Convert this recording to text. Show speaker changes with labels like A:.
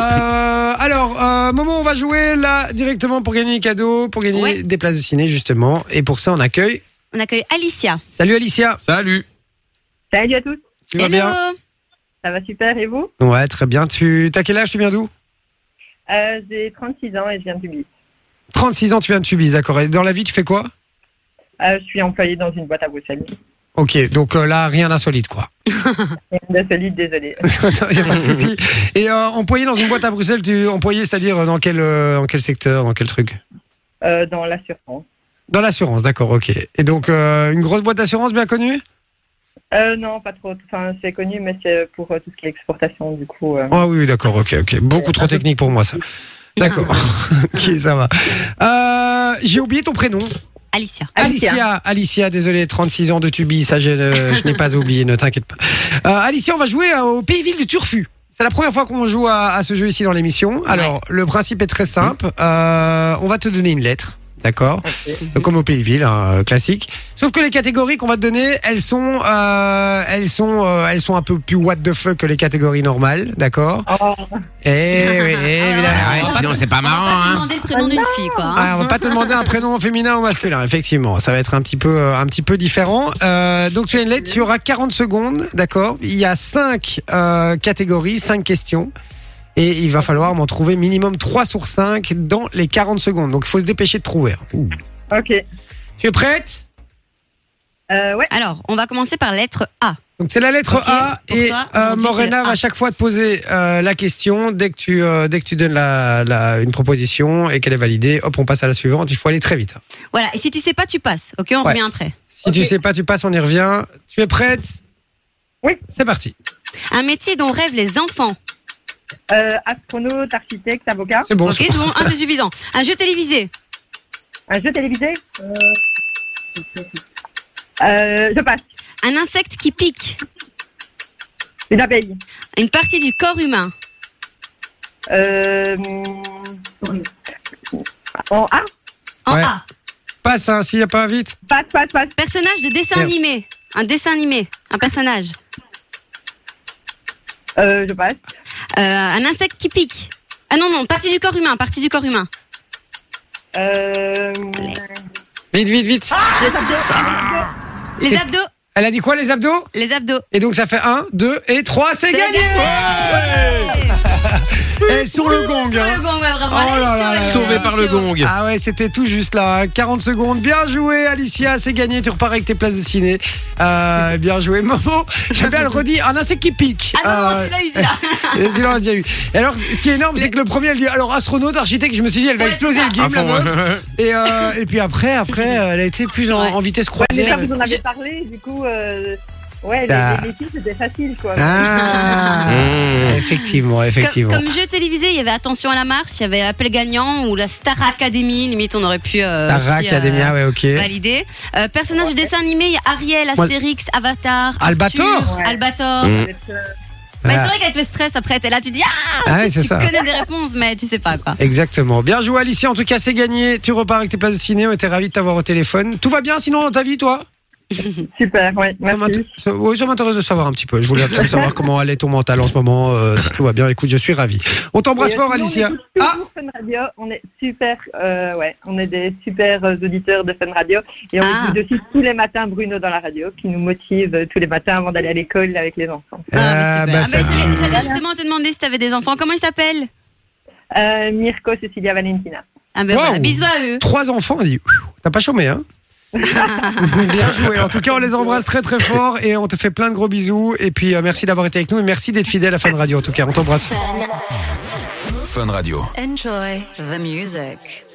A: Euh, alors, euh, Momo, on va jouer là directement pour gagner des cadeaux, pour gagner
B: Ouais.
A: des places de ciné justement. Et pour ça, on accueille.
B: On accueille Alicia.
A: Salut Alicia,
C: Salut.
D: Salut à tous,
A: tu vas bien
B: Hello.
D: ça va super et vous
A: Ouais, très bien. Tu t'as quel âge Tu viens d'où
D: euh, J'ai 36 ans et je viens du Bis.
A: 36 ans, tu viens de Tubize, d'accord. Et dans la vie, tu fais quoi
D: Euh, je suis employée dans une boîte à Bruxelles.
A: Ok, donc euh, là, rien d'insolite, quoi.
D: Rien de solide, désolé.
A: Il n'y a pas de souci. Et euh, employé dans une boîte à Bruxelles, tu employé, c'est-à-dire euh, dans quel, euh, dans quel secteur, dans quel truc
D: Euh, dans l'assurance.
A: Dans l'assurance, d'accord, ok. Et donc, euh, une grosse boîte d'assurance bien connue
D: Euh, non, pas trop. Enfin, c'est connu, mais c'est pour euh, tout ce qui est exportation, du coup. euh.
A: Ah oui, d'accord, ok, ok. Beaucoup trop technique pour moi, ça. D'accord, ok, ça va. Euh, J'ai oublié ton prénom.
B: Alicia.
D: Alicia.
A: Alicia, Alicia, désolé, 36 ans de Tubi, ça je, euh, je n'ai pas oublié, ne t'inquiète pas. Euh, Alicia, on va jouer euh, au Pays-Ville du Turfu. C'est la première fois qu'on joue à, à ce jeu ici dans l'émission. Alors, le principe est très simple. Euh, on va te donner une lettre, d'accord Euh, Comme au Pays-Ville, hein, euh, classique. Sauf que les catégories qu'on va te donner, elles sont, euh, elles sont, euh, elles sont un peu plus what the fuck que les catégories normales, d'accord
D: Oh,
A: Eh oui, eh,
B: Ah,
A: évidemment.
B: Ah ouais,
A: On va pas
C: sinon, c'est pas
B: On va pas
C: marrant, hein.
B: demander le prénom d'une fille, quoi. hein.
A: ah, on va pas te demander un prénom féminin ou masculin, effectivement. Ça va être un petit peu, euh, un petit peu différent. Euh, donc tu as une lettre, tu auras 40 secondes, d'accord Il y a 5 catégories, 5 questions. Et il va falloir m'en trouver minimum 3 sur 5 dans les 40 secondes. Donc il faut se dépêcher de trouver. hein.
D: ok.
A: Tu es prête
D: Euh, ouais,
B: Alors, on va commencer par la lettre A.
A: Donc c'est la lettre
B: Ok,
A: A.
B: pour Ah.
A: et
B: toi,
A: euh,
B: aujourd'hui, c'est
A: Morena
B: le
A: va
B: A.
A: chaque fois te poser euh, la question dès que tu, euh, dès que tu donnes la, la- une proposition et qu'elle est validée. Hop, on passe à la suivante. Il faut aller très vite. hein.
B: Voilà, et si tu sais pas, tu passes. Ok, on
A: Ouais.
B: revient après.
A: Si tu
D: Ok.
A: sais pas, tu passes, on y revient. Tu es prête
D: Oui.
A: C'est parti.
B: Un métier dont rêvent les enfants.
D: euh, astronaute, architecte, avocat,
A: C'est bon.
B: ok,
A: je-
B: c'est bon, un, c'est suffisant. Un jeu télévisé.
D: un jeu télévisé. Euh, euh, je passe.
B: Un insecte qui pique.
D: Les abeilles.
B: Une partie du corps humain.
D: Euh, hum, en A,
B: En
A: Ouais.
B: A.
A: Passe, hein, s'il n'y a pas vite.
D: passe, passe, passe.
B: Personnage de dessin
A: Merde.
B: animé. Un dessin animé. Un personnage.
D: Euh, je passe.
B: Euh, un insecte qui pique. Ah non, non, partie du corps humain, partie du corps humain.
D: Euh,
A: Vite, vite, vite.
B: Ah. Les
A: Qu'est-ce-
B: abdos.
A: Elle a dit quoi, les abdos
B: Les abdos.
A: Et donc ça fait 1, 2 et 3, c'est
B: C'est Ah,
A: gagné Et sur le gong.
B: Sur
A: hein.
B: le gong, ouais, bravo.
A: Oh
B: Allez,
A: là là
B: chaud,
A: là
B: allez,
C: Sauvé
B: chaud.
C: par le gong.
A: Ah ouais, c'était tout juste là. hein. 40 secondes. Bien joué, Alicia. C'est gagné. Tu repars avec tes places de ciné. Euh, bien joué, Momo. J'aime bien le redit. Un insecte qui pique.
B: Ah non,
A: Euh,
B: non, tu l'as eu, celui-là.
A: Et sinon, on l'a déjà eu. Et alors, ce qui est énorme, c'est que le premier, elle dit alors astronaute, architecte, je me suis dit, elle va
B: Ouais,
A: exploser
B: c'est
A: le game,
C: À
A: la
C: fond,
A: meuf.
C: hein.
A: Et, euh, et puis après, après, euh, elle a été plus en,
B: Ouais.
A: en vitesse
D: Ah, mais
A: croisière.
D: ça, vous en avez parlé, du coup, euh, ouais, les-
A: Ah.
D: les, les filles, c'était facile, quoi.
A: Ah,
C: Mmh.
A: effectivement,
B: Comme,
A: effectivement.
B: comme jeu télévisé, il y avait Attention à la marche, il y avait Appel gagnant ou la Star Academy. Limite, on aurait pu euh,
A: Star
B: aussi, euh,
A: Academia, ouais, ok.
B: valider. Euh, personnage de dessin animé, il y a Ariel,
A: Moi-
B: Astérix, Avatar.
A: Albator
B: Arthur,
D: Ouais.
B: Albator.
C: Mmh.
D: Vous êtes, euh,
B: Bah,
A: Voilà.
B: c'est vrai qu'avec le stress, après, t'es là, tu dis Ah,
A: Ah ouais,
B: tu
A: c'est ça.
B: connais des réponses, mais tu sais pas quoi.
A: Exactement. Bien joué, Alicia. En tout cas, c'est gagné. Tu repars avec tes places de ciné. On était ravis de t'avoir au téléphone. Tout va bien sinon dans ta vie, toi
D: Super, ouais,
A: Ça
D: merci.
A: m'inté- ça- Oui, ça m'intéresse de savoir un petit peu. Je voulais absolument savoir comment allait ton mental en ce moment. euh, si tout va bien, écoute, je suis ravi. On t'embrasse
D: Et, euh,
A: fort,
D: sinon,
A: Alicia.
D: On écoute
A: Ah.
D: toujours Fun Radio, on est super, euh, ouais, on est des super euh, auditeurs de Fun Radio et on
B: Ah.
D: écoute aussi tous les matins Bruno dans la radio qui nous motive euh, tous les matins avant d'aller à l'école avec les enfants.
B: Ah,
A: Ah,
B: mais
A: bah,
B: super. Ah,
A: ça tue.
B: bah, j'allais- J'allais justement te demander si t'avais des enfants. Comment ils s'appellent
D: Euh, Mirko, Cecilia, Valentina.
B: Ah, ben
A: Wow.
B: voilà, bisous à eux.
A: Trois enfants, on dit. T'as pas chômé, hein Bien joué. En tout cas, on les embrasse très très fort et on te fait plein de gros bisous. Et puis, euh, merci d'avoir été avec nous et merci d'être fidèle à Fan Radio. En tout cas, on t'embrasse fort.
C: Fun Radio.
E: Enjoy the music.